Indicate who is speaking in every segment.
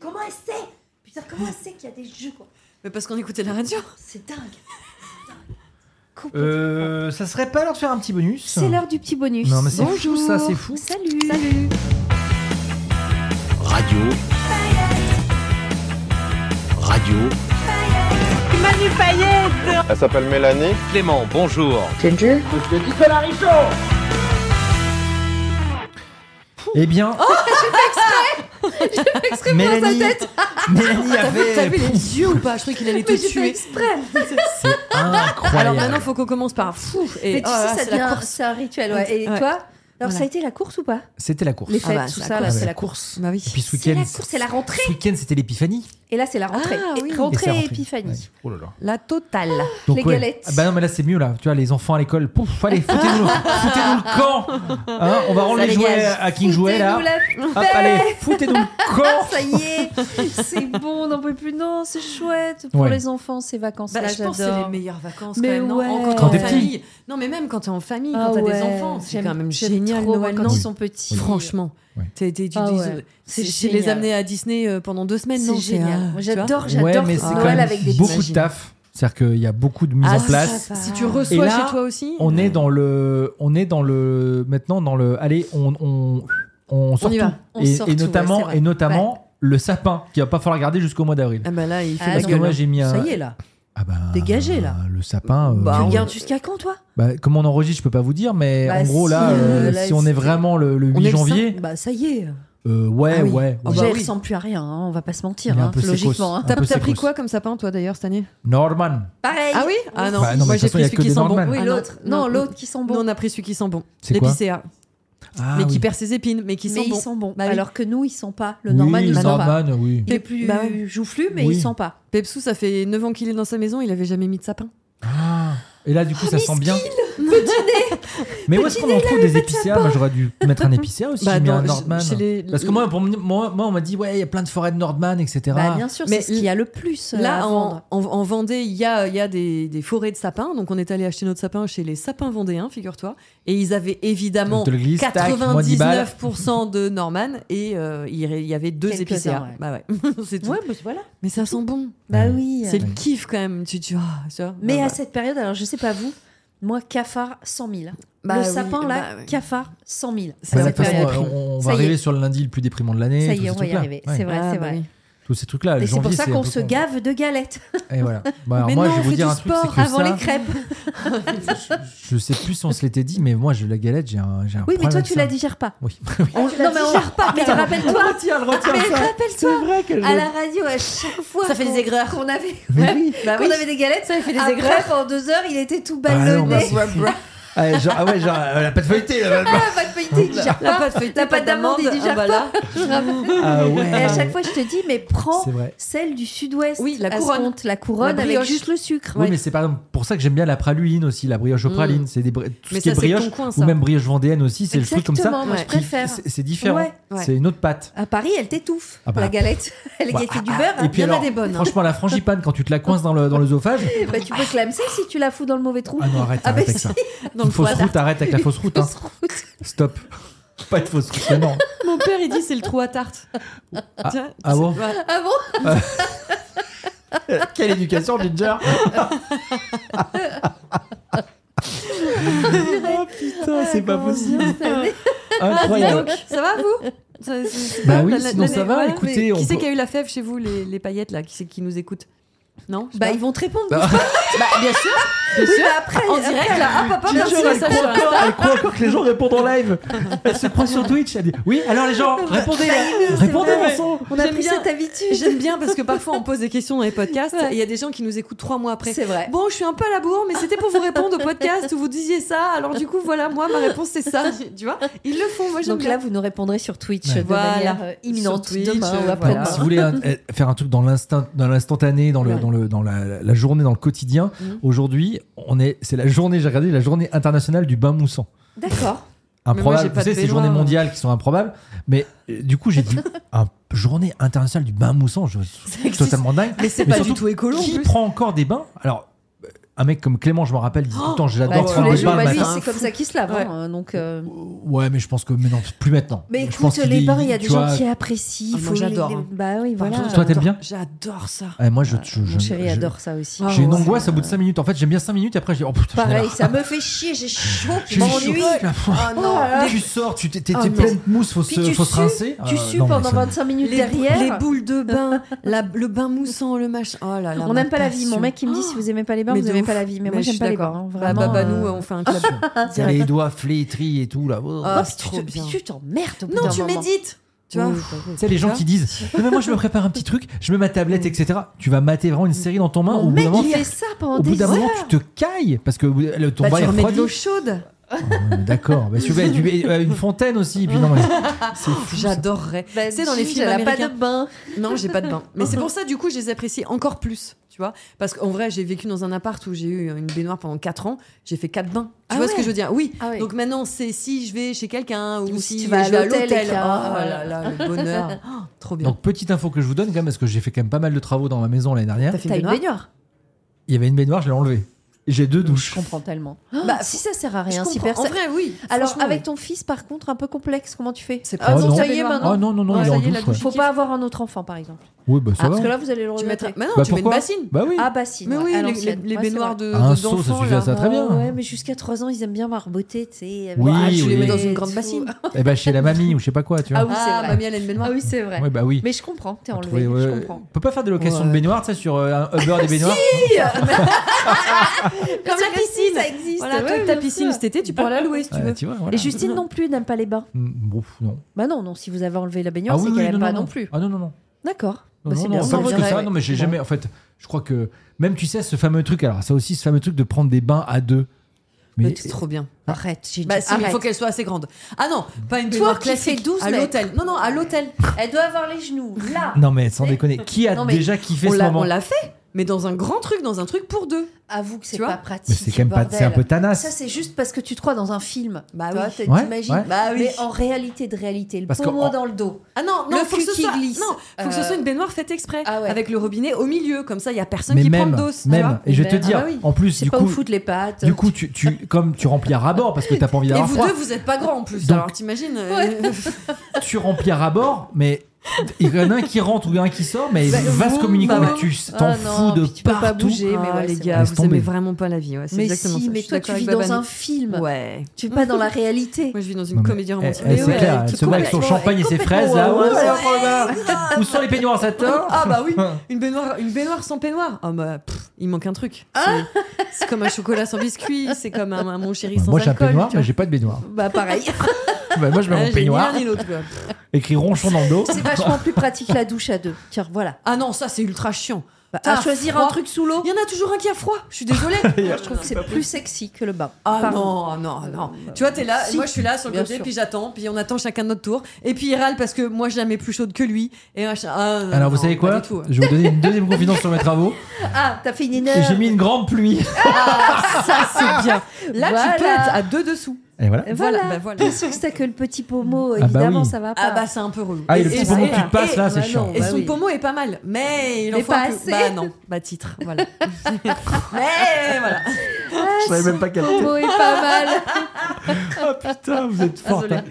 Speaker 1: Comment elle sait Putain, comment elle sait qu'il y a des jeux, quoi
Speaker 2: Mais parce qu'on écoutait la radio.
Speaker 1: C'est dingue. C'est dingue. Complètement.
Speaker 3: Euh, ça serait pas l'heure de faire un petit bonus
Speaker 1: C'est l'heure du petit bonus.
Speaker 3: Non, mais c'est fou,
Speaker 1: Bonjour.
Speaker 3: ça, c'est fou.
Speaker 1: Salut. Salut.
Speaker 4: Radio. Radio.
Speaker 1: Manu Payet
Speaker 5: Elle s'appelle Mélanie.
Speaker 4: Clément, bonjour.
Speaker 3: Eh bien,
Speaker 2: Oh,
Speaker 3: Mélanie, Mélanie
Speaker 2: T'as vu, t'as vu
Speaker 3: avait...
Speaker 2: les yeux ou pas Je croyais qu'il allait
Speaker 1: Mais
Speaker 2: tout
Speaker 1: j'ai fait
Speaker 2: tuer.
Speaker 1: exprès.
Speaker 3: Incroyable.
Speaker 2: Alors maintenant, faut qu'on commence par fou. Et
Speaker 1: Mais tu
Speaker 2: oh là là,
Speaker 1: sais, ça
Speaker 2: c'est la
Speaker 1: devient-
Speaker 2: course.
Speaker 1: c'est un rituel, ouais. Et
Speaker 2: Ouais.
Speaker 1: toi Alors,
Speaker 2: Voilà.
Speaker 1: ça a été la course ou pas
Speaker 3: C'était la course.
Speaker 1: Les fêtes,
Speaker 2: bah,
Speaker 1: tout
Speaker 2: c'est la
Speaker 1: ça, là,
Speaker 2: course.
Speaker 1: c'est la course.
Speaker 2: Bah oui.
Speaker 3: Et puis ce
Speaker 1: C'est
Speaker 3: week-end,
Speaker 1: la course, c'est la rentrée.
Speaker 3: ce week-end c'était l'épiphanie.
Speaker 1: Et là, c'est la rentrée.
Speaker 2: Ah,
Speaker 1: Et-
Speaker 2: oui.
Speaker 3: Et c'est la
Speaker 1: Rentrée
Speaker 3: rentrée.
Speaker 1: et épiphanie.
Speaker 3: Ouais. Oh là là.
Speaker 2: La totale.
Speaker 3: Donc,
Speaker 1: Les
Speaker 3: ouais.
Speaker 1: galettes.
Speaker 3: Ah Bah non, mais là c'est mieux là. Tu vois, les enfants à l'école, pouf, allez, foutez-nous, foutez-nous le camp. Hein, on va rendre
Speaker 2: Ça
Speaker 3: les
Speaker 2: dégage.
Speaker 3: jouets à qui jouait là.
Speaker 1: Foutez-nous la
Speaker 3: Hop, allez, foutez-nous le
Speaker 1: Ah,
Speaker 3: camp.
Speaker 1: ça y est, c'est bon, on n'en peut plus. Non, c'est chouette pour
Speaker 3: Ouais.
Speaker 1: les enfants ces vacances-là.
Speaker 2: Bah, je pense que c'est les
Speaker 1: j'adore.
Speaker 2: meilleures vacances
Speaker 1: Mais
Speaker 2: quand même, non
Speaker 1: ouais.
Speaker 2: En-
Speaker 3: Quand
Speaker 2: Quand t'es
Speaker 3: t'es
Speaker 2: en
Speaker 3: petit.
Speaker 2: famille. Non, mais même quand t'es en famille,
Speaker 1: Ah
Speaker 2: quand t'as
Speaker 1: ouais,
Speaker 2: des enfants, c'est
Speaker 1: j'aime-
Speaker 2: quand même
Speaker 1: j'aime
Speaker 2: génial
Speaker 1: trop, moi,
Speaker 2: Noël,
Speaker 1: quand
Speaker 2: non
Speaker 1: ils sont petits.
Speaker 2: Franchement,
Speaker 3: Ouais.
Speaker 2: t'es- t'es- tu
Speaker 1: Ah
Speaker 2: dis-
Speaker 1: ouais,
Speaker 2: c'est
Speaker 1: c'est
Speaker 2: c'est les
Speaker 1: génial.
Speaker 2: amener à Disney euh, pendant deux semaines, non
Speaker 1: c'est génial.
Speaker 2: ah,
Speaker 1: Moi,
Speaker 2: tu vois.
Speaker 1: J'adore,
Speaker 3: Ouais,
Speaker 1: j'adore
Speaker 3: mais c'est
Speaker 2: Noël
Speaker 3: quand même
Speaker 1: avec des
Speaker 3: beaucoup
Speaker 1: petits.
Speaker 3: de taf. C'est-à-dire qu'il y a beaucoup de mise
Speaker 2: Ah,
Speaker 3: en
Speaker 2: ça,
Speaker 3: place.
Speaker 2: ça va.
Speaker 1: Si
Speaker 2: Si
Speaker 1: tu
Speaker 2: tu
Speaker 3: Et
Speaker 2: reçois
Speaker 3: là,
Speaker 2: chez toi aussi,
Speaker 3: On est dans le, on est dans le, maintenant dans le, allez, on, on, on sort
Speaker 2: y va.
Speaker 3: tout.
Speaker 1: On
Speaker 3: et,
Speaker 1: sort
Speaker 3: et
Speaker 1: tout, ouais,
Speaker 3: notamment,
Speaker 1: c'est vrai.
Speaker 3: et notamment le sapin qui va pas falloir garder jusqu'au mois d'avril.
Speaker 2: Ah bah là, il fait
Speaker 1: Ah,
Speaker 2: la
Speaker 3: Parce
Speaker 1: non,
Speaker 3: que
Speaker 2: gueule.
Speaker 3: moi j'ai mis un.
Speaker 2: Ça y est là.
Speaker 3: Ah bah,
Speaker 2: dégagé, là.
Speaker 3: Le sapin. euh,
Speaker 2: Bah,
Speaker 1: Tu
Speaker 2: on-
Speaker 1: gardes jusqu'à quand, toi
Speaker 3: bah, comme on enregistre, je peux pas vous dire, mais
Speaker 1: Bah,
Speaker 3: en gros
Speaker 1: si,
Speaker 3: là,
Speaker 1: euh,
Speaker 3: euh,
Speaker 1: là,
Speaker 3: si on
Speaker 1: c'est-
Speaker 3: est vraiment le, le 8
Speaker 2: On est le
Speaker 3: janvier,
Speaker 2: cinq. Bah ça y est.
Speaker 3: euh, ouais,
Speaker 2: Ah oui.
Speaker 3: ouais.
Speaker 2: Ah
Speaker 3: ouais.
Speaker 2: bah
Speaker 1: J'ai
Speaker 2: oui.
Speaker 1: ressemble plus à rien, hein, on va pas se mentir,
Speaker 3: Il est
Speaker 1: hein,
Speaker 3: un peu sécos.
Speaker 1: logiquement. hein.
Speaker 3: Un
Speaker 2: T'as
Speaker 3: peu
Speaker 2: t'as pris
Speaker 3: sécosse.
Speaker 2: quoi comme sapin toi d'ailleurs cette année
Speaker 3: Norman.
Speaker 1: Pareil.
Speaker 2: Ah oui Ah non,
Speaker 3: Bah non, mais
Speaker 2: moi
Speaker 3: de
Speaker 2: j'ai
Speaker 3: toute façon, il y a
Speaker 2: pris celui
Speaker 3: que
Speaker 2: qui
Speaker 3: des
Speaker 2: sent bon.
Speaker 3: Norman.
Speaker 1: Oui,
Speaker 2: Ah,
Speaker 1: l'autre. Non, l'autre qui sent
Speaker 2: Nous,
Speaker 1: bon.
Speaker 2: on a pris celui qui sent bon.
Speaker 3: C'est quoi
Speaker 2: L'épicéa.
Speaker 3: Ah,
Speaker 2: mais qui
Speaker 3: oui.
Speaker 2: perd ses épines, mais qui
Speaker 1: Mais
Speaker 2: sent
Speaker 1: ils
Speaker 2: bon.
Speaker 1: sont bons.
Speaker 2: Bah oui.
Speaker 1: Alors que nous, ils sont pas. Le
Speaker 3: Oui,
Speaker 1: Norman, il
Speaker 3: le
Speaker 1: sent pas.
Speaker 3: Norman, oui.
Speaker 1: Il est plus
Speaker 2: Bah ouais.
Speaker 1: joufflu, mais
Speaker 3: Oui.
Speaker 1: il sent pas.
Speaker 2: Pepsou, ça fait 9 ans qu'il est dans sa maison, il avait jamais mis de sapin.
Speaker 3: Ah. Et là, du coup, ça sent bien.
Speaker 1: Petit
Speaker 3: Mais où est-ce qu'on en trouve des épicéas Moi, j'aurais dû mettre un épicéa aussi.
Speaker 2: Bah,
Speaker 3: j'ai mis
Speaker 2: dans-
Speaker 3: un
Speaker 2: j-
Speaker 3: Nordman.
Speaker 2: chez les-
Speaker 3: Parce que moi, pour m- moi, moi, on m'a dit, ouais, il y a plein de forêts de Nordman, etc.
Speaker 1: Bah bien sûr,
Speaker 2: Mais
Speaker 1: c'est ce qu'il y a le plus euh, à
Speaker 2: Là, en,
Speaker 1: vendre.
Speaker 2: en- en Vendée, il y a, il y a des, des forêts de sapins. Donc, on est allé acheter notre sapin chez les sapins vendéens, figure-toi. Et ils avaient évidemment
Speaker 3: Je te le glisse, tac, moins 10 balles.
Speaker 2: 99% de Norman et euh, il y il y avait deux
Speaker 1: Quelques-uns,
Speaker 2: épicéas.
Speaker 1: ouais.
Speaker 2: Bah ouais, c'est tout.
Speaker 1: Ouais, bah voilà.
Speaker 2: Mais ça sent bon.
Speaker 1: Bah
Speaker 3: Ouais.
Speaker 1: oui.
Speaker 2: C'est le
Speaker 3: Ouais.
Speaker 2: kiff quand même. Tu, tu, ah, tu vois.
Speaker 1: Mais
Speaker 2: Bah,
Speaker 1: à
Speaker 2: bah.
Speaker 1: cette période, alors je sais pas vous, moi, cafard 100 000.
Speaker 2: Bah
Speaker 1: le
Speaker 2: oui,
Speaker 1: sapin, là,
Speaker 2: bah oui.
Speaker 1: cafard 100 000.
Speaker 2: C'est
Speaker 3: Bah,
Speaker 2: la
Speaker 3: de toute façon,
Speaker 2: période.
Speaker 3: on- on
Speaker 1: Ça
Speaker 3: va
Speaker 1: y est.
Speaker 3: arriver sur le lundi le plus déprimant de l'année.
Speaker 1: Ça
Speaker 3: tous
Speaker 1: y est,
Speaker 3: ces
Speaker 1: on va y
Speaker 3: trucs-là.
Speaker 1: arriver.
Speaker 3: Ouais.
Speaker 1: C'est vrai,
Speaker 2: Ah,
Speaker 1: c'est
Speaker 2: bah
Speaker 1: vrai.
Speaker 2: oui.
Speaker 3: Tous ces trucs-là.
Speaker 1: Et c'est pour
Speaker 3: euh, janvier,
Speaker 1: ça
Speaker 3: c'est
Speaker 1: qu'on
Speaker 3: un peu
Speaker 1: se
Speaker 3: con.
Speaker 1: gave de galettes.
Speaker 3: Et voilà. Bah, alors,
Speaker 2: Mais
Speaker 3: moi,
Speaker 2: non,
Speaker 3: je vais
Speaker 2: on
Speaker 3: vous
Speaker 2: fait
Speaker 3: dire
Speaker 2: du
Speaker 3: un truc, c'est
Speaker 2: sport
Speaker 3: que
Speaker 1: avant
Speaker 3: ça,
Speaker 1: les crêpes.
Speaker 3: je sais plus si on se l'était dit, mais moi, je la galette, j'ai un, j'ai un
Speaker 1: Oui,
Speaker 3: problème
Speaker 1: mais toi,
Speaker 3: avec
Speaker 1: tu
Speaker 3: ça.
Speaker 1: la digères pas.
Speaker 3: Oui.
Speaker 1: On- non, mais on la repart. Mais rappelle-toi.
Speaker 3: Tiens, le retient.
Speaker 1: Ah, Mais rappelle-toi.
Speaker 3: vrai que
Speaker 1: À la radio, à chaque fois.
Speaker 2: Ça fait des
Speaker 1: qu'on-
Speaker 2: aigreurs.
Speaker 1: Qu'on avait,
Speaker 3: Mais oui.
Speaker 1: qu'on avait des galettes, ça fait
Speaker 2: des
Speaker 1: Après,
Speaker 2: aigreurs.
Speaker 1: pendant deux heures, il était tout
Speaker 3: Ah non, bah,
Speaker 1: ballonné.
Speaker 3: c'est fou. Ah, genre- ah ouais, genre, elle a pas de feuilleté, là.
Speaker 1: Ah, pas de feuilleté, il digère
Speaker 2: La
Speaker 1: pas.
Speaker 2: pâte feuilletée,
Speaker 1: La pâte d'amande, il
Speaker 2: ah
Speaker 1: digère pas.
Speaker 2: bah là.
Speaker 1: Je rappelle.
Speaker 3: Ah ouais.
Speaker 1: Et à chaque fois, je te dis, mais prends
Speaker 3: C'est vrai.
Speaker 1: celle du sud-ouest.
Speaker 2: Oui, la
Speaker 1: à ce
Speaker 2: couronne.
Speaker 1: compte, La couronne
Speaker 2: La
Speaker 1: avec
Speaker 2: brioche.
Speaker 1: juste le sucre.
Speaker 3: Oui, mais c'est par exemple pour ça que j'aime bien la praluine aussi, la brioche au
Speaker 2: Mm.
Speaker 3: praline. C'est des bri- tout
Speaker 2: Mais
Speaker 3: ce qui
Speaker 2: ça,
Speaker 3: est
Speaker 2: c'est
Speaker 3: brioche
Speaker 2: ton coin,
Speaker 3: ou
Speaker 2: ça.
Speaker 3: même brioche vendéenne aussi, c'est le truc comme ça.
Speaker 1: Exactement, moi, je
Speaker 2: Ouais.
Speaker 3: qui-
Speaker 1: préfère.
Speaker 3: C'est c'est différent.
Speaker 1: Ouais,
Speaker 2: ouais.
Speaker 3: C'est une autre pâte.
Speaker 1: À Paris, elle t'étouffe,
Speaker 3: Ah bah.
Speaker 1: la galette. Elle
Speaker 3: Ouais,
Speaker 1: y fait du
Speaker 3: ah,
Speaker 1: beurre.
Speaker 3: et puis
Speaker 1: il y en
Speaker 3: alors,
Speaker 1: a des bonnes. hein.
Speaker 3: Franchement, la frangipane, quand tu te la coinces dans le- dans l'œsophage.
Speaker 1: Bah, tu peux clamser si tu la fous dans le mauvais trou.
Speaker 3: Ah non, arrête,
Speaker 1: Ah
Speaker 3: arrête
Speaker 1: bah
Speaker 3: avec
Speaker 1: si,
Speaker 3: ça.
Speaker 1: dans
Speaker 3: Une
Speaker 1: le
Speaker 3: fausse
Speaker 1: foie
Speaker 3: route, arrête avec la fausse route. hein.
Speaker 1: Fausse route.
Speaker 3: Stop. Pas de fausse route, non.
Speaker 2: Mon père, il dit c'est le trou à tarte. Tiens,
Speaker 3: ah
Speaker 2: c'est-
Speaker 3: bon
Speaker 2: ouais.
Speaker 1: Ah bon
Speaker 3: Quelle éducation, Ginger Oh putain, c'est pas possible. Incroyable.
Speaker 2: Ça va vous Ça- c'est- c'est
Speaker 3: Bah
Speaker 2: pas-
Speaker 3: oui,
Speaker 2: la- la-
Speaker 3: sinon
Speaker 2: la-
Speaker 3: ça va,
Speaker 2: ouais,
Speaker 3: écoutez,
Speaker 2: mais
Speaker 3: on
Speaker 2: Qui c'est
Speaker 3: peut-
Speaker 2: qui a eu la fève chez vous, les, les paillettes là Qui c'est qui nous écoute Non je sais
Speaker 1: Bah,
Speaker 2: pas.
Speaker 1: ils vont te répondre.
Speaker 3: Bah,
Speaker 2: Bah, bien sûr, bien sûr.
Speaker 1: après,
Speaker 2: En direct, là, ah papa, merci,
Speaker 3: elle
Speaker 2: Sacha.
Speaker 3: croit encore, elle croit encore que les gens répondent en live. Elle se croit sur Twitch. Elle dit Oui, alors les gens, répondez. répondez, Vincent.
Speaker 1: on a
Speaker 2: J'aime
Speaker 1: pris
Speaker 2: bien.
Speaker 1: cette habitude.
Speaker 2: Bah, J'aime bien parce que parfois on pose des questions dans les podcasts et il y a des gens qui nous écoutent trois mois après.
Speaker 1: C'est vrai.
Speaker 2: Bon, je suis un peu à la bourre, mais c'était pour vous répondre au podcast où vous disiez ça. Alors du coup, voilà, moi, ma réponse c'est ça. Tu vois, ils le font. Moi, j'aime
Speaker 1: Donc
Speaker 2: bien.
Speaker 1: là, vous nous répondrez sur Twitch
Speaker 3: Ouais.
Speaker 1: de
Speaker 2: Voilà.
Speaker 1: manière euh, imminente
Speaker 2: Sur Twitch,
Speaker 1: demain
Speaker 2: euh,
Speaker 1: ou après-demain.
Speaker 2: voilà.
Speaker 3: Si vous voulez un- euh, faire un truc dans l'instinct, dans l'instantané, dans le,
Speaker 2: Ouais.
Speaker 3: dans le, dans la, la journée, dans le quotidien.
Speaker 2: Mhm.
Speaker 3: Aujourd'hui, on est, c'est la journée. J'ai regardé la journée internationale du bain moussant.
Speaker 1: D'accord.
Speaker 2: Mais moi,
Speaker 3: Improbable.
Speaker 2: j'ai
Speaker 3: Vous
Speaker 2: pas de
Speaker 3: savez, c'est les
Speaker 2: baignoire.
Speaker 1: hein.
Speaker 3: journées mondiales qui sont improbables. Mais euh, du coup, j'ai dit un, journée internationale du bain moussant. Je,
Speaker 2: existe.
Speaker 3: totalement dingue.
Speaker 2: Mais c'est
Speaker 3: Mais
Speaker 2: pas du
Speaker 3: surtout,
Speaker 2: tout écolo. en
Speaker 3: Qui
Speaker 2: plus.
Speaker 3: prend encore des bains Alors, euh, un mec comme Clément, je me rappelle, il dit tout le temps,
Speaker 1: Bah,
Speaker 3: j'adore
Speaker 2: ouais,
Speaker 1: tous
Speaker 3: prendre
Speaker 1: les
Speaker 3: des
Speaker 1: jours,
Speaker 3: bains le
Speaker 1: bah,
Speaker 2: Balmain.
Speaker 1: oui,
Speaker 3: matin.
Speaker 1: c'est comme ça qu'ils se lavent.
Speaker 2: Ouais.
Speaker 1: hein, donc, euh,
Speaker 3: Ouais, mais je pense que mais non, plus maintenant.
Speaker 1: Mais
Speaker 3: je pense
Speaker 1: écoute,
Speaker 3: qu'il
Speaker 1: les
Speaker 3: dit-
Speaker 1: bains, il y a des
Speaker 3: tu
Speaker 1: gens
Speaker 3: vois,
Speaker 1: qui apprécient.
Speaker 2: Ah, moi,
Speaker 1: faut les-
Speaker 2: j'adore, hein.
Speaker 1: Bah oui,
Speaker 2: Par
Speaker 1: voilà.
Speaker 2: contre,
Speaker 3: Toi, t'aimes bien
Speaker 2: J'adore ça.
Speaker 3: Ouais, Eh, moi, je, je-
Speaker 1: hein. Ah, Mon
Speaker 3: je-
Speaker 1: chéri
Speaker 3: je-
Speaker 1: adore ça aussi.
Speaker 2: Ah,
Speaker 3: J'ai une
Speaker 2: ouais.
Speaker 3: angoisse au bout de 5 minutes. En fait, j'aime bien 5 minutes et après, je dis, oh putain, j'en ai
Speaker 1: Pareil,
Speaker 3: marre.
Speaker 1: ça me fait chier, j'ai
Speaker 2: Oh,
Speaker 1: chaud,
Speaker 3: Je
Speaker 1: je
Speaker 3: suis chaud,
Speaker 1: m'ennuie.
Speaker 3: là.
Speaker 1: Ah non,
Speaker 3: Tu sors, tu t'es t'es-
Speaker 1: Ah,
Speaker 3: t'es
Speaker 1: non.
Speaker 3: pleine de mousse, faut
Speaker 1: Puis
Speaker 3: se,
Speaker 1: tu
Speaker 3: faut se
Speaker 1: sues,
Speaker 3: rincer.
Speaker 1: tu
Speaker 3: Euh,
Speaker 1: sues
Speaker 3: non, mais
Speaker 1: pendant
Speaker 3: ça me-
Speaker 1: 25 minutes
Speaker 2: Les,
Speaker 1: derrière.
Speaker 2: les boules de bain, la- le bain moussant, le machin. Oh là là.
Speaker 1: on
Speaker 2: ma
Speaker 1: n'aime pas la vie.
Speaker 2: passion. Oh.
Speaker 1: Mon mec, il me dit si vous aimez pas les bains,
Speaker 2: Mais
Speaker 1: vous
Speaker 2: de
Speaker 1: aimez
Speaker 2: ouf.
Speaker 1: pas la vie. Mais
Speaker 2: Mais
Speaker 1: moi,
Speaker 2: je
Speaker 1: j'aime
Speaker 2: suis
Speaker 1: pas les bains.
Speaker 2: d'accord.
Speaker 1: hein,
Speaker 2: Ah,
Speaker 1: Vraiment.
Speaker 2: Baba nous,
Speaker 1: euh,
Speaker 2: on fait un club.
Speaker 3: Il y a
Speaker 1: direct.
Speaker 3: les doigts flétris et tout, là. Oh.
Speaker 2: Ah,
Speaker 1: Oh,
Speaker 2: c'est
Speaker 1: puis tu
Speaker 2: trop
Speaker 1: te-
Speaker 2: bien.
Speaker 1: puis tu t'emmerdes au bout
Speaker 2: Non,
Speaker 1: d'un
Speaker 2: tu
Speaker 1: moment.
Speaker 2: médites. Tu vois.
Speaker 1: Oui, bah oui.
Speaker 3: Tu sais, les gens qui disent Non, mais moi, je me prépare un petit truc, je mets ma tablette, etc. Tu vas mater vraiment une série dans ton main. Au
Speaker 1: Mon
Speaker 3: bout d'un
Speaker 1: mec,
Speaker 3: moment,
Speaker 1: il fait ça pendant
Speaker 3: au bout
Speaker 1: des
Speaker 3: d'un moment,
Speaker 1: heures.
Speaker 3: tu te cailles parce que euh, le- ton
Speaker 2: Bah,
Speaker 3: bain
Speaker 2: tu
Speaker 3: est
Speaker 2: remets de
Speaker 3: refroidi.
Speaker 2: l'eau chaude.
Speaker 1: Bah,
Speaker 3: Ouais, D'accord, bah, si vous voulez, du- euh, une fontaine aussi. et Puis non, mais c'est fou. ça.
Speaker 2: J'adorerais.
Speaker 1: Bah,
Speaker 2: C'est dans les
Speaker 1: Gilles,
Speaker 2: films
Speaker 1: elle a pas
Speaker 2: américains.
Speaker 1: de bain.
Speaker 2: Non, j'ai pas de bain. Mais c'est pour ça, du coup, je les apprécie encore plus, tu vois. Parce qu'en vrai, j'ai vécu dans un appart où j'ai eu une baignoire pendant 4 ans. J'ai fait 4 bains.
Speaker 1: Ah
Speaker 2: Tu vois ce
Speaker 1: ouais.
Speaker 2: que je veux dire Oui.
Speaker 1: Ah ouais.
Speaker 2: Donc maintenant, c'est si je vais chez quelqu'un ou,
Speaker 1: Ou
Speaker 2: si,
Speaker 1: si tu
Speaker 2: je
Speaker 1: vas à
Speaker 2: vais à
Speaker 1: l'hôtel et
Speaker 2: l'hôtel.
Speaker 1: qu'il
Speaker 2: Oh
Speaker 1: y a-
Speaker 2: là là, le bonheur. Oh, trop bien.
Speaker 3: Donc, petite info que je vous donne quand même, parce que j'ai fait quand même pas mal de travaux dans ma maison l'année dernière.
Speaker 2: T'as fait
Speaker 1: T'as
Speaker 2: une
Speaker 1: une
Speaker 2: baignoire
Speaker 1: baignoire.
Speaker 3: Il y avait une baignoire, je l'ai enlevée. Et J'ai deux
Speaker 1: Je
Speaker 3: douches.
Speaker 1: comprends tellement.
Speaker 2: Bah,
Speaker 1: si ça sert à
Speaker 2: Je
Speaker 1: rien, si
Speaker 2: comprends. En
Speaker 1: personne.
Speaker 2: vrai, oui.
Speaker 1: hein, Alors,
Speaker 2: Franchement,
Speaker 1: avec
Speaker 2: oui.
Speaker 1: ton fils, par contre, un peu complexe, comment tu fais
Speaker 2: C'est
Speaker 1: Ah
Speaker 3: pas
Speaker 1: non,
Speaker 3: grave.
Speaker 1: ça y est,
Speaker 2: Ah,
Speaker 1: maintenant.
Speaker 3: Ah non, non, non,
Speaker 2: Ouais,
Speaker 3: il est en
Speaker 2: ça y est,
Speaker 3: douche.
Speaker 2: la
Speaker 3: ouais.
Speaker 2: douche.
Speaker 1: Faut pas avoir un autre enfant, par exemple.
Speaker 3: Oui, bah ça
Speaker 1: Ah, parce
Speaker 3: va.
Speaker 1: que là, vous allez le
Speaker 2: tu mettras.
Speaker 1: regretter.
Speaker 2: Bah non,
Speaker 3: Bah,
Speaker 2: tu mets une
Speaker 3: pourquoi
Speaker 2: bassine.
Speaker 3: Bah oui.
Speaker 1: Ah, bassine.
Speaker 2: Mais oui,
Speaker 1: à
Speaker 2: les- les,
Speaker 1: l'ancienne.
Speaker 2: les
Speaker 1: Ouais, c'est
Speaker 2: baignoires
Speaker 1: vrai.
Speaker 2: de
Speaker 3: Un
Speaker 2: de-
Speaker 3: seau, ça
Speaker 2: d'enfants,
Speaker 3: suffit à
Speaker 2: là.
Speaker 3: ça. très bien.
Speaker 1: Ah Ouais, mais jusqu'à 3 ans, ils aiment bien marboter, tu sais. avec
Speaker 3: Oui,
Speaker 1: la
Speaker 3: oui.
Speaker 1: chouette
Speaker 3: Tu les mets dans
Speaker 2: une
Speaker 1: et
Speaker 2: grande
Speaker 1: tout.
Speaker 2: bassine.
Speaker 3: Eh bah, chez la mamie ou je sais pas quoi, tu vois.
Speaker 1: Ah oui, c'est
Speaker 2: Ah,
Speaker 1: vrai.
Speaker 2: mamie, elle a une baignoire.
Speaker 1: Ah oui, c'est vrai.
Speaker 3: Ouais, bah oui.
Speaker 1: Mais je comprends, t'es
Speaker 3: Oui,
Speaker 1: enlevé.
Speaker 3: ouais.
Speaker 1: Je comprends.
Speaker 3: On peut pas faire de location
Speaker 2: Ouais.
Speaker 3: de baignoire, tu sais, sur euh, un Uber des baignoires
Speaker 2: Comme la piscine.
Speaker 1: ça existe.
Speaker 2: Voilà,
Speaker 1: ouais,
Speaker 2: toi,
Speaker 1: bien
Speaker 2: ta piscine
Speaker 1: sûr. Bah,
Speaker 2: cet été, tu pourras la louer si tu
Speaker 3: Ouais,
Speaker 2: veux.
Speaker 3: Tu vois, voilà.
Speaker 1: Et Justine non plus n'aime pas les bains.
Speaker 3: Mm, bon, pff, non.
Speaker 1: Bah non, non, si vous avez enlevé la baignoire, c'est
Speaker 3: oui,
Speaker 1: qu'elle
Speaker 3: oui,
Speaker 1: aime pas non, plus.
Speaker 3: Ah non, non, non.
Speaker 1: D'accord.
Speaker 3: Non,
Speaker 1: Bah,
Speaker 3: non,
Speaker 1: c'est
Speaker 3: non,
Speaker 1: bien,
Speaker 3: pas
Speaker 1: on
Speaker 3: plus que
Speaker 1: reverra,
Speaker 3: ça.
Speaker 1: ouais.
Speaker 3: Non, mais j'ai
Speaker 1: Bon.
Speaker 3: jamais. En fait, je crois que. Même, tu sais, ce fameux truc, alors, ça aussi, ce fameux truc de prendre des bains à deux.
Speaker 2: Mais
Speaker 3: Mais
Speaker 2: t'es Bah, trop bien.
Speaker 1: Arrête, j'ai dit.
Speaker 2: Bah si, mais il
Speaker 1: arrête.
Speaker 2: faut qu'elle soit assez grande. Ah non, pas une
Speaker 1: Toi
Speaker 2: baignoire
Speaker 1: qui fais
Speaker 2: classique.
Speaker 1: 12
Speaker 2: à
Speaker 1: mètres.
Speaker 2: l'hôtel. Non non, à l'hôtel.
Speaker 1: Elle doit avoir les genoux là.
Speaker 3: Non, mais sans déconner. Qui a
Speaker 1: Non, mais
Speaker 3: déjà kiffé
Speaker 2: On
Speaker 3: ce
Speaker 2: l'a, on
Speaker 3: moment
Speaker 2: l'a fait, mais dans un grand truc, dans un truc pour deux.
Speaker 1: Avoue que c'est
Speaker 2: Tu vois
Speaker 1: pas
Speaker 3: Mais
Speaker 1: pratique.
Speaker 3: c'est quand même pas.
Speaker 1: bordel.
Speaker 3: C'est un peu
Speaker 1: Ça,
Speaker 3: tanasse.
Speaker 1: c'est juste parce que tu te crois dans un film.
Speaker 2: Bah
Speaker 1: Toi,
Speaker 2: oui.
Speaker 1: t-
Speaker 3: Ouais,
Speaker 1: T'imagines.
Speaker 3: ouais.
Speaker 2: Bah oui.
Speaker 1: Mais en réalité de réalité, le
Speaker 3: Parce que
Speaker 1: pommeau
Speaker 3: en-
Speaker 1: dans le dos.
Speaker 2: Ah non, non,
Speaker 1: Le
Speaker 2: faut
Speaker 1: cul
Speaker 2: que ce
Speaker 1: qui
Speaker 2: soit
Speaker 1: glisse.
Speaker 2: non, faut que ce
Speaker 1: Euh,
Speaker 2: soit une baignoire faite exprès
Speaker 1: Ah ouais.
Speaker 2: avec le robinet au milieu comme ça il y a personne
Speaker 3: Mais
Speaker 2: qui
Speaker 3: même.
Speaker 2: prend le dos, tu
Speaker 3: Même.
Speaker 2: vois.
Speaker 3: Et je vais
Speaker 1: Mais ben,
Speaker 3: te
Speaker 1: même.
Speaker 3: dire,
Speaker 2: Ah oui.
Speaker 3: en plus,
Speaker 1: C'est
Speaker 3: du
Speaker 1: pas où
Speaker 3: coup.
Speaker 1: foutre les pattes.
Speaker 3: Du coup, tu, tu, comme tu remplis à ras-bord parce que t'as pas envie
Speaker 2: Et
Speaker 3: d'avoir
Speaker 2: vous
Speaker 3: froid,
Speaker 2: deux, vous êtes pas grands en plus.
Speaker 3: Donc-
Speaker 2: Alors t'imagines euh,
Speaker 3: tu remplis à ras-bord, mais il y en a un qui rentre ou un qui sort, mais
Speaker 2: Bah,
Speaker 3: vaste
Speaker 2: boum,
Speaker 3: communicant,
Speaker 2: bah
Speaker 3: mais
Speaker 2: ouais.
Speaker 3: tu t'en
Speaker 1: Ah non,
Speaker 3: fous de
Speaker 1: puis tu peux pas
Speaker 3: partout.
Speaker 1: bouger, mais
Speaker 2: Ah,
Speaker 1: ouais,
Speaker 2: les
Speaker 1: c'est
Speaker 2: gars,
Speaker 3: vrai.
Speaker 2: vous
Speaker 3: Laisse tomber.
Speaker 2: aimez vraiment pas la vie, ouais, c'est
Speaker 1: Mais
Speaker 2: exactement
Speaker 1: si,
Speaker 2: ça. Je
Speaker 1: mais
Speaker 2: suis
Speaker 1: toi, tu
Speaker 2: d'accord
Speaker 1: vis
Speaker 2: avec
Speaker 1: dans un
Speaker 2: Babani.
Speaker 1: film.
Speaker 2: Ouais.
Speaker 1: Tu es pas dans la réalité.
Speaker 2: Moi je vis dans une
Speaker 3: Non, mais
Speaker 2: comédie
Speaker 3: eh,
Speaker 2: romantique.
Speaker 3: eh,
Speaker 1: Mais
Speaker 3: c'est
Speaker 1: ouais,
Speaker 3: clair,
Speaker 1: tout
Speaker 3: ce mec, son
Speaker 1: complètement,
Speaker 3: champagne et ses
Speaker 1: complètement,
Speaker 3: fraises, là,
Speaker 1: ouais,
Speaker 3: ouais,
Speaker 1: ouais,
Speaker 3: alors, voilà. où sont les peignoirs, ça tord
Speaker 2: Ah bah oui, une baignoire, une baignoire sans peignoir. Ah bah pff, il manque un truc. C'est-
Speaker 1: Ah.
Speaker 2: C'est comme un chocolat sans biscuit, c'est comme un, un mon chéri sans
Speaker 3: Bah, Moi, j'ai un
Speaker 2: alcool.
Speaker 3: peignoir,
Speaker 2: tu
Speaker 3: mais
Speaker 2: vois.
Speaker 3: j'ai pas de baignoire.
Speaker 1: Bah pareil.
Speaker 3: Bah, moi, je mets
Speaker 2: Ah,
Speaker 3: mon
Speaker 2: j'ai ni
Speaker 3: peignoir,
Speaker 2: l'un ni l'autre, quoi.
Speaker 3: écrit ronchon dans le dos.
Speaker 1: C'est vachement plus pratique la douche à deux. Tiens, voilà.
Speaker 2: Ah non, ça c'est ultra chiant.
Speaker 1: Bah,
Speaker 2: T'as
Speaker 1: à choisir
Speaker 2: froid.
Speaker 1: un truc sous l'eau,
Speaker 2: Il y en a toujours un qui a froid. Je suis désolée.
Speaker 1: je trouve que c'est plus sexy que le bain.
Speaker 2: Ah
Speaker 1: Pardon.
Speaker 2: non, non, non. Tu vois, t'es là,
Speaker 1: Si.
Speaker 2: moi je suis là sur le
Speaker 1: Bien
Speaker 2: côté,
Speaker 1: sûr.
Speaker 2: puis j'attends, puis on attend chacun de notre tour. Et puis il râle parce que moi je la mets plus chaude que lui. Et machin. Ah, non,
Speaker 3: Alors, vous
Speaker 2: non,
Speaker 3: savez
Speaker 2: pas
Speaker 3: quoi
Speaker 2: du tout. hein.
Speaker 3: Je vais vous donner une deuxième confidence sur mes travaux.
Speaker 1: Ah, t'as fait une
Speaker 3: Et
Speaker 1: énorme.
Speaker 3: J'ai mis une grande pluie.
Speaker 2: Ça c'est bien. Là
Speaker 1: Voilà.
Speaker 2: tu peux être à deux dessous.
Speaker 3: Et voilà.
Speaker 1: Voilà.
Speaker 2: Voilà, bah voilà.
Speaker 1: Bien sûr que t'as que le petit pommeau,
Speaker 3: bah
Speaker 1: évidemment,
Speaker 3: oui.
Speaker 1: ça va pas.
Speaker 2: Ah bah c'est un peu relou.
Speaker 3: Ah, et
Speaker 2: Et-
Speaker 3: le petit
Speaker 2: et-
Speaker 3: moment
Speaker 2: et-
Speaker 3: que tu passes, là,
Speaker 1: bah
Speaker 3: c'est
Speaker 1: non.
Speaker 3: chiant.
Speaker 2: Et
Speaker 1: Bah
Speaker 2: son
Speaker 1: oui.
Speaker 2: pommeau est pas mal, mais il en
Speaker 1: Mais
Speaker 2: faut
Speaker 1: pas
Speaker 2: un peu-
Speaker 1: assez.
Speaker 2: Bah non, bah titre, voilà. mais voilà.
Speaker 3: Je savais même pas
Speaker 1: Ah, Le
Speaker 3: capter.
Speaker 1: pommeau est pas mal.
Speaker 3: Ah putain, vous êtes hein.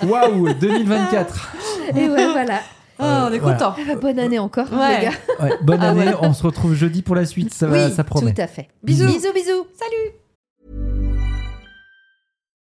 Speaker 3: forts. Waouh, 2024.
Speaker 1: Et ouais, voilà.
Speaker 2: Ah, on est
Speaker 3: Voilà.
Speaker 2: content.
Speaker 1: Ah bah, Bonne année encore,
Speaker 2: Ouais.
Speaker 1: les gars.
Speaker 3: Ouais, bonne
Speaker 2: Ah
Speaker 3: année,
Speaker 2: ouais.
Speaker 3: on se retrouve jeudi pour la suite, ça, va,
Speaker 1: oui,
Speaker 3: ça promet.
Speaker 1: tout à fait.
Speaker 2: Bisous.
Speaker 1: Bisous, bisous. Salut.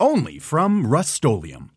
Speaker 5: Only from Rust-Oleum.